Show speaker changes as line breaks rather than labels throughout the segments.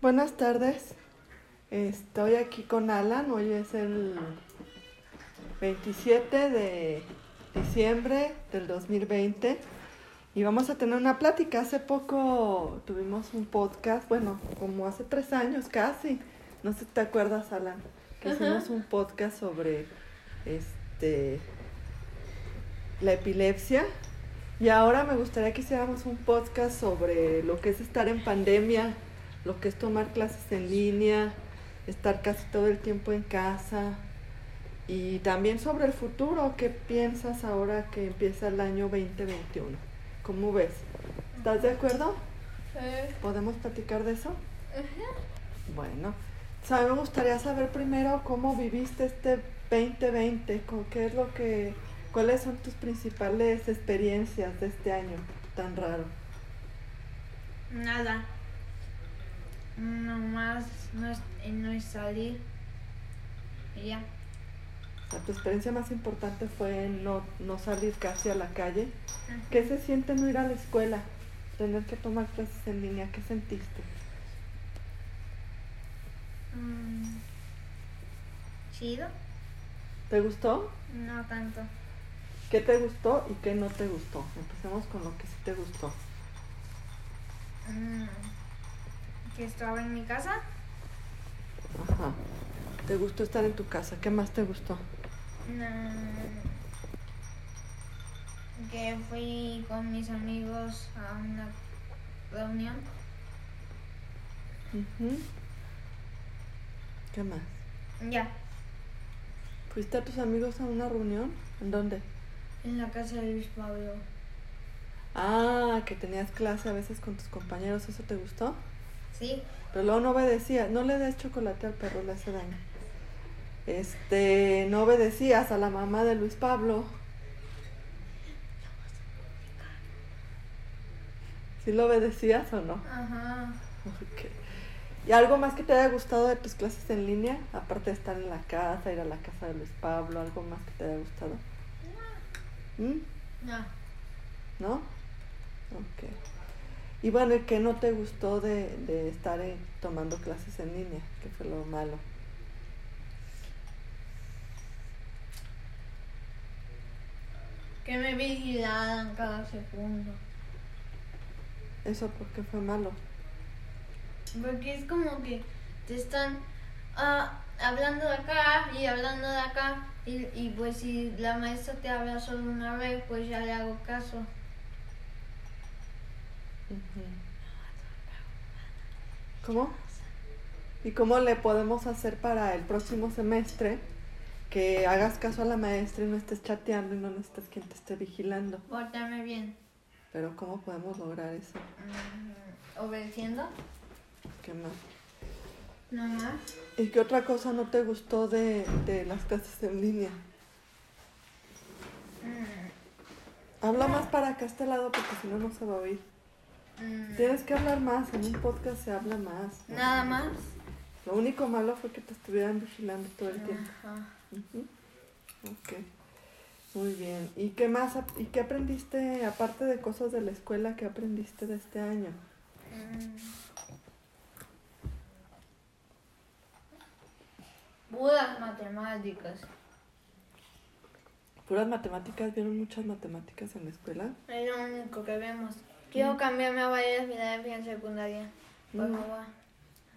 Buenas tardes. Estoy aquí con Alan. Hoy es el 27 de diciembre del 2020 y vamos a tener una plática. Hace poco tuvimos un podcast, bueno, como hace tres años casi. No sé si te acuerdas, Alan, que
Ajá.
hicimos un podcast sobre este la epilepsia. Y ahora me gustaría que hiciéramos un podcast sobre lo que es estar en pandemia, lo que es tomar clases en línea, estar casi todo el tiempo en casa y también sobre el futuro. ¿Qué piensas ahora que empieza el año 2021? ¿Cómo ves? ¿Estás de acuerdo?
Eh,
¿Podemos platicar de eso? Bueno, o sea, me gustaría saber primero cómo viviste este 2020, con qué es lo que, cuáles son tus principales experiencias de este año tan raro.
Nada. Nomás no es, y no es salir. Y ya.
O sea, tu experiencia más importante fue no, no salir casi a la calle.
Ajá.
¿Qué se siente no ir a la escuela? Tener que tomar clases en línea, ¿qué sentiste?
Mm. ¿Chido?
¿Te gustó?
No tanto.
¿Qué te gustó y qué no te gustó? Empecemos con lo que sí te gustó.
Mm. Que estaba en mi casa.
Ajá. ¿Te gustó estar en tu casa? ¿Qué más te gustó?
Mm. Que fui con mis amigos a una reunión.
Ujú. ¿Qué más?
Ya.
¿Fuiste a tus amigos a una reunión? ¿En dónde?
En la casa de Luis Pablo.
Ah, que tenías clase a veces con tus compañeros, ¿eso te gustó?
Sí.
Pero luego no obedecías, no le des chocolate al perro, le hace daño. Este, no obedecías a la mamá de Luis Pablo. ¿Sí lo obedecías o no?
Ajá.
Ok. ¿Y algo más que te haya gustado de tus clases en línea? Aparte de estar en la casa, ir a la casa de Luis Pablo, ¿algo más que te haya gustado? ¿Mm?
No.
¿No? Ok. Y bueno, ¿y qué no te gustó de, de estar eh, tomando clases en línea? ¿Qué fue lo malo?
Que me vigilaran cada segundo.
¿Eso por qué fue malo?
Porque es como que te están ah, hablando de acá y hablando de acá. Y, y pues si la maestra te habla solo una vez, pues ya le hago caso.
¿Cómo? ¿Y cómo le podemos hacer para el próximo semestre que hagas caso a la maestra y no estés chateando y no necesitas quien te esté vigilando?
Pórtame bien.
Pero ¿cómo podemos lograr eso?
Mm, ¿Obedeciendo?
¿Qué más?
No más.
¿Y qué otra cosa no te gustó de, de las clases en línea?
Mm,
Habla más para acá, a este lado, porque si no, no se va a oír.
mm,
Tienes que hablar más, en un podcast se habla más.
Nada más.
Lo único malo fue que te estuvieran vigilando todo el tiempo.
Ajá.
Ujú. Ok. Muy bien. ¿Y qué más? ap- ¿Y qué aprendiste, aparte de cosas de la escuela, que aprendiste de este año?
Mm. Puras matemáticas.
¿Puras matemáticas? ¿Vieron muchas matemáticas en la escuela?
Es lo único que vemos. Quiero cambiarme a varias filosofía en secundaria. Por
Mm.
favor.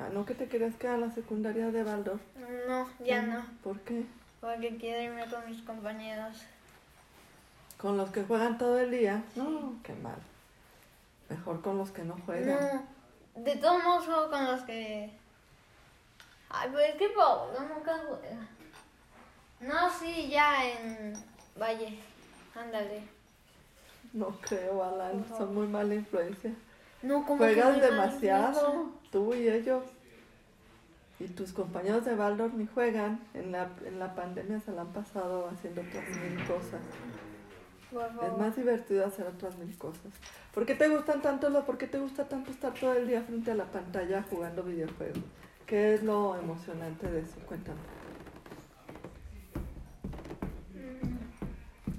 Ah, ¿no que te querías quedar a la secundaria de Baldor?
No, ya
Mm.
no.
¿Por qué?
Porque quiero irme con mis compañeros.
¿Con los que juegan todo el día? No, qué mal. Mejor con los que no juegan.
No. De todos modos juego con los que. Ay, pero es que Pablo nunca juega. No, sí, ya en Valle. Ándale.
No, creo, Alan.
Por favor.
Son muy mala influencia.
No, como que
Juegas
muy mala
demasiado, tú y ellos. Y tus compañeros de Baldor ni juegan. En la, en la pandemia se la han pasado haciendo otras mil cosas.
influencia. Por favor.
Es más divertido hacer otras mil cosas. ¿Por qué te gustan tanto lo, por qué te gusta tanto estar todo el día frente a la pantalla jugando videojuegos? ¿Qué es lo emocionante de eso? Cuéntame.
Mm,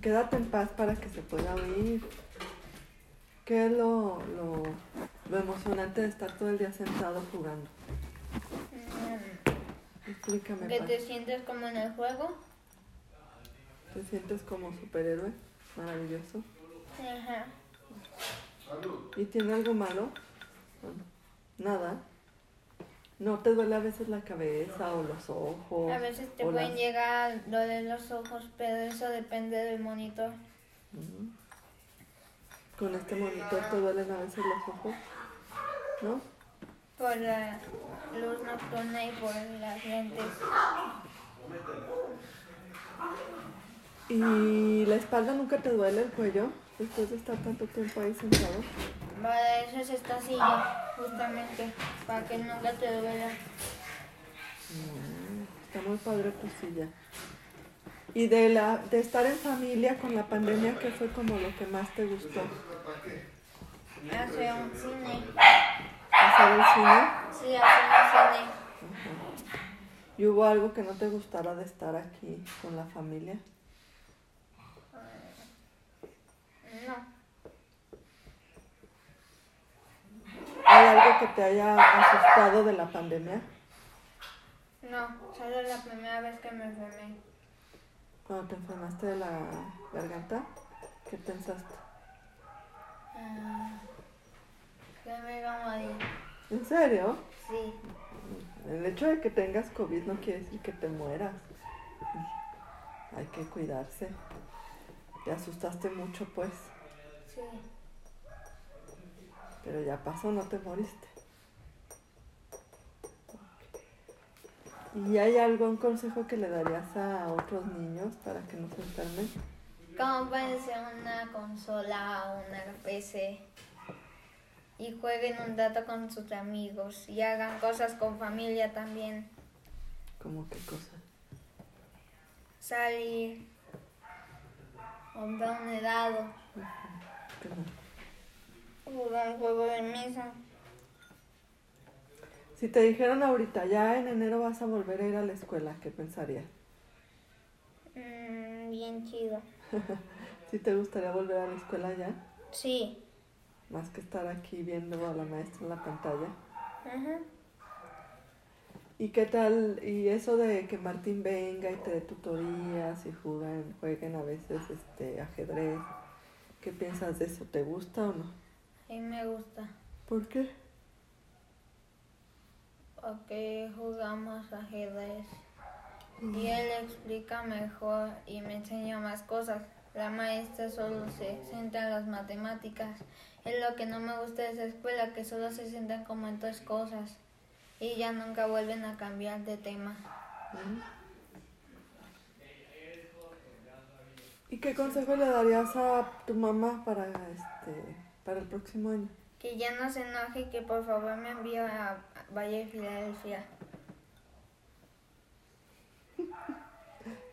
Quédate en paz para que se pueda oír. ¿Qué es lo, lo, lo emocionante de estar todo el día sentado jugando. Explícame,
Que
Pat.
te sientes como en el juego.
¿Te sientes como superhéroe? Maravilloso.
Ajá.
¿Y tiene algo malo? Bueno, nada. ¿No te duele a veces la cabeza o los ojos?
A veces te
o
pueden
las-
llegar lo de los ojos, pero eso depende del monitor.
Ujú. Con este monitor te duelen a veces los ojos, ¿no?
Por la luz nocturna y por las lentes.
¿Y la espalda nunca te duele el cuello después de estar tanto tiempo ahí sentado?
Para eso es esta silla, justamente, para que nunca te duela.
Está muy padre tu silla. Y de la de estar en familia con la pandemia, ¿qué fue como lo que más te gustó?
Hace un cine.
¿Hacer el cine?
Sí, hace un cine.
¿Y hubo algo que no te gustara de estar aquí con la familia?
No.
¿Hay algo que te haya asustado de la pandemia?
No, solo la primera vez que me enfermé.
Cuando te enfermaste de la garganta, ¿qué pensaste?
Ah, que me iba a morir.
¿En serio?
Sí.
El hecho de que tengas COVID no quiere decir que te mueras. Hay que cuidarse. Te asustaste mucho, pues.
Sí.
Pero ya pasó, no te moriste. ¿Y hay algún consejo que le darías a otros niños para que no se enfermen?
Cómprense una consola o una PC y jueguen un dato con sus amigos y hagan cosas con familia también.
¿Cómo qué cosa?
Salir, comprar un helado,
¿Qué no?
jugar un juego de mesa.
Si te dijeran ahorita, ya en enero vas a volver a ir a la escuela, ¿qué pensarías?
Mm, bien chido.
¿Si te gustaría volver a la escuela ya?
Sí.
Más que estar aquí viendo a la maestra en la pantalla.
Ajá.
¿Y qué tal? Y eso de que Martín venga y te dé tutorías y jueguen, jueguen a veces este ajedrez. ¿Qué piensas de eso? ¿Te gusta o no?
Sí, me gusta.
¿Por qué?
Porque jugamos ajedrez. Y él explica mejor y me enseña más cosas. La maestra solo se centra en las matemáticas. Es lo que no me gusta de esa escuela, que solo se centran como en tres cosas. Y ya nunca vuelven a cambiar de tema.
¿Mm? ¿Y qué consejo le darías a tu mamá para este para el próximo año?
Que ya no se enoje y que por favor me envíe a Valle de Filadelfia.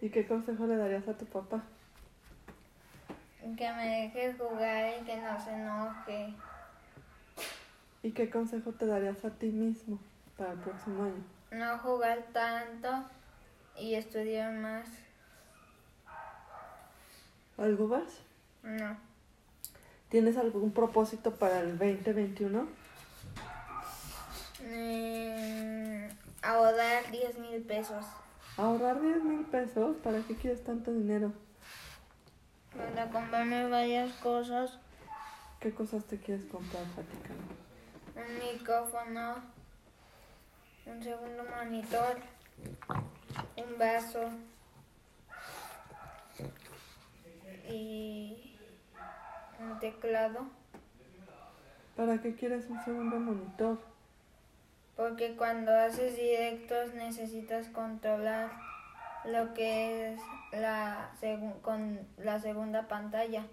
¿Y qué consejo le darías a tu papá?
Que me deje jugar y que no se enoje.
¿Y qué consejo te darías a ti mismo para el próximo año?
No jugar tanto y estudiar más.
¿Algo más?
No.
¿Tienes algún propósito para el 2021?
Mm, ahorrar 10 mil pesos.
Ahorrar 10 mil pesos, ¿para qué quieres tanto dinero?
Para comprarme varias cosas.
¿Qué cosas te quieres comprar, Faticano?
Un micrófono. Un segundo monitor. Un vaso. Y un teclado.
¿Para qué quieres un segundo monitor?
Porque cuando haces directos necesitas controlar lo que es la segun- con la segunda pantalla.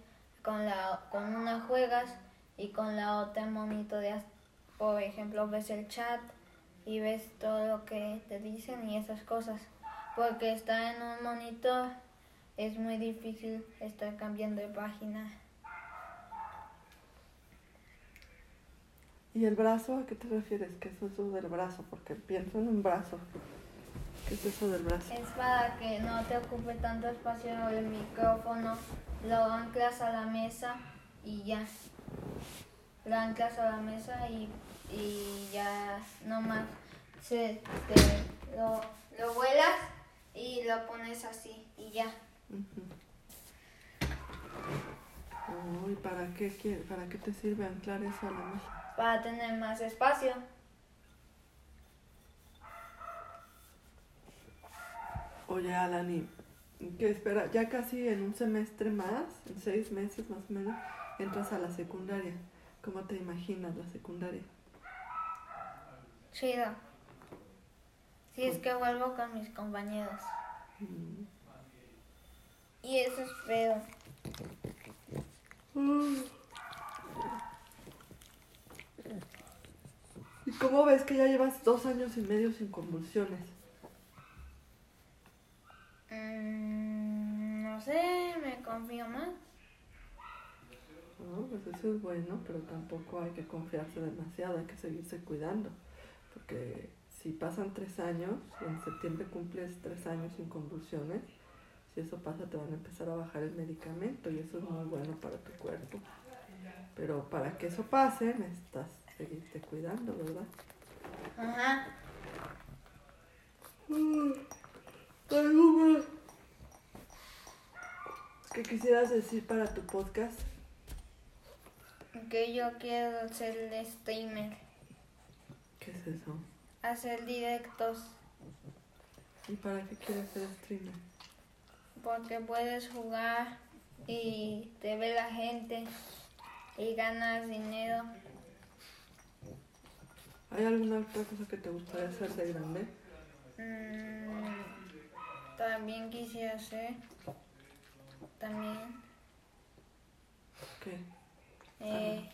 Con la con una juegas y con la otra monitoreas. Por ejemplo, ves el chat y ves todo lo que te dicen y esas cosas. Porque estar en un monitor es muy difícil estar cambiando de página.
¿Y el brazo? ¿A qué te refieres? ¿Qué es eso del brazo? Porque pienso en un brazo. ¿Qué es eso del brazo?
Es para que no te ocupe tanto espacio el micrófono, lo anclas a la mesa y ya. blancas a la mesa y, y ya nomás se, te- lo, lo vuelas y lo pones así y ya.
Ujú. Oh, ¿Y para qué, quie- para qué te sirve anclar eso a la mesa?
Para tener más espacio.
Oye, Alan, ¿y qué espera? Ya casi en un semestre más, en seis meses más o menos, entras a la secundaria. ¿Cómo te imaginas la secundaria?
Chido. Si es que vuelvo con mis compañeros.
Mm.
Y eso espero.
¿Y cómo ves que ya llevas dos años y medio sin convulsiones?
Mm, no sé, me confío más.
No, pues eso es bueno, pero tampoco hay que confiarse demasiado, hay que seguirse cuidando. Porque si pasan tres años, en septiembre cumples tres años sin convulsiones, si eso pasa te van a empezar a bajar el medicamento y eso es muy bueno para tu cuerpo. Pero para que eso pase, necesitas seguirte cuidando, ¿verdad?
Ajá.
¿Qué quisieras decir para tu podcast?
Que yo quiero ser el streamer.
¿Qué es eso?
Hacer directos.
¿Y para qué quieres ser streamer?
Porque puedes jugar y te ve la gente. Y ganas dinero.
¿Hay alguna otra cosa que te gustaría hacer de grande?
Mm, también quisiera hacer. También.
¿Qué?
Eh,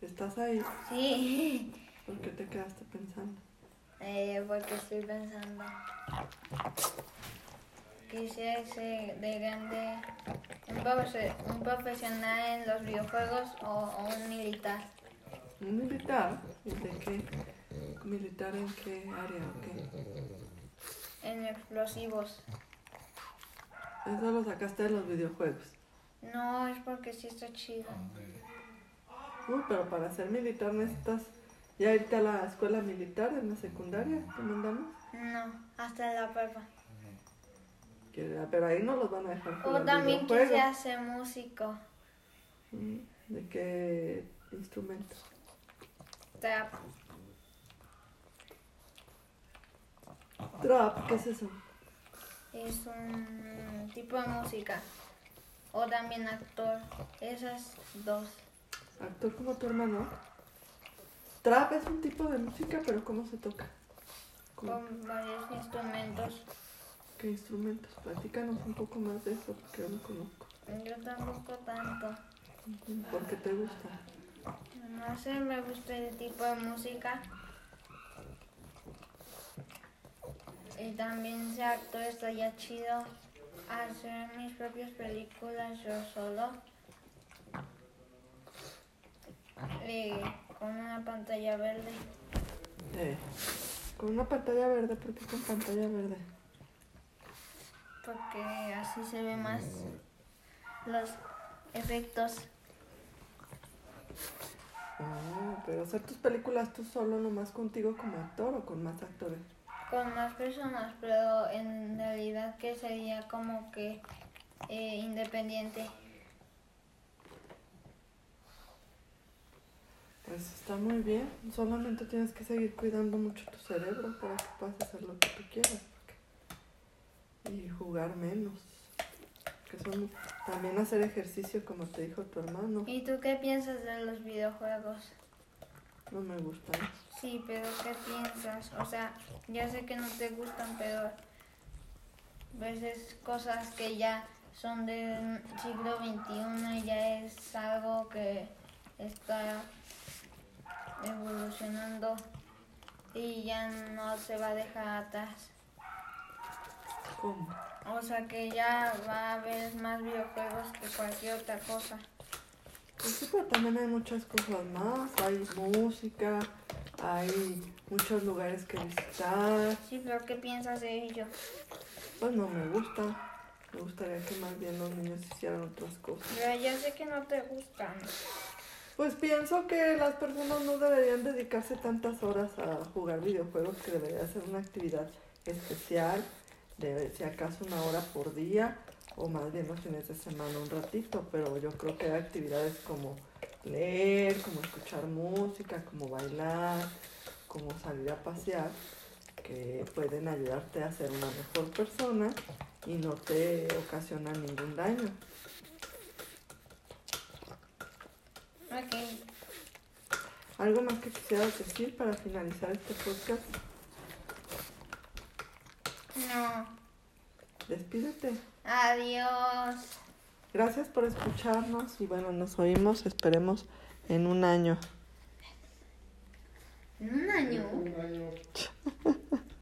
¿Estás ahí?
sí.
¿Por qué te quedaste pensando?
Eh, porque estoy pensando. Quisiera ser de grande un, profe- un profesional en los videojuegos o, o un militar.
¿Un militar? ¿Y de qué? ¿Militar en qué área o qué?
En explosivos.
Eso lo sacaste de los videojuegos.
No, es porque sí está chido.
Uy, pero para ser militar necesitas ya irte a la escuela militar en la secundaria, ¿te mandamos?
No, hasta la prepa.
Que- Pero ahí no los van a dejar
O
jugar
también
videojuegos.
quisiera ser músico.
Mm, ¿De qué instrumento?
Trap.
Trap, ¿qué es eso?
Es un tipo de música. O también actor. Esas dos.
Actor como tu hermano. Trap es un tipo de música, pero ¿cómo se toca? ¿Con
Con varios instrumentos.
qué instrumentos? Platícanos un poco más de eso, porque yo no conozco.
Yo tampoco tanto.
¿Por qué te gusta?
No sé, me gusta el tipo de música. Y también ser actor estaría chido. Hacer mis propias películas yo solo. Y con una pantalla verde.
Eh, Con una pantalla verde, ¿por qué con pantalla verde?
Porque así se ve más los efectos.
Ah, pero hacer tus películas tú solo, nomás contigo como actor o con más actores.
con más personas, pero en realidad que sería como que eh, independiente.
Pues está muy bien, solamente tienes que seguir cuidando mucho tu cerebro para que puedas hacer lo que tú quieras porque- y jugar menos. Que son también hacer ejercicio como te dijo tu hermano,
¿Y tú qué piensas de los videojuegos?
no me gusta.
Sí, pero ¿qué piensas? O sea, ya sé que no te gustan, pero veces cosas que ya son del siglo XXI ya es algo que está evolucionando y ya no se va a dejar atrás.
¿Cómo?
O sea que ya va a haber más videojuegos que cualquier otra cosa.
Pues sí, pero también hay muchas cosas más, hay música, hay muchos lugares que visitar.
Sí, pero ¿qué piensas de ello?
Pues no me gusta. Me gustaría que más bien los niños hicieran otras cosas.
Pero ya sé que no te gustan.
Pues pienso que las personas no deberían dedicarse tantas horas a jugar videojuegos, que debería ser una actividad especial, de, si acaso una hora por día o más bien los fines de semana un ratito, pero yo creo que hay actividades como leer, como escuchar música, como bailar, como salir a pasear, que pueden ayudarte a ser una mejor persona y no te ocasionan ningún daño.
Ok.
¿Algo más que quisieras decir para finalizar este podcast?
No.
Despídete.
Adiós.
Gracias por escucharnos y bueno, nos oímos, esperemos, en un año.
En un año.
Un año.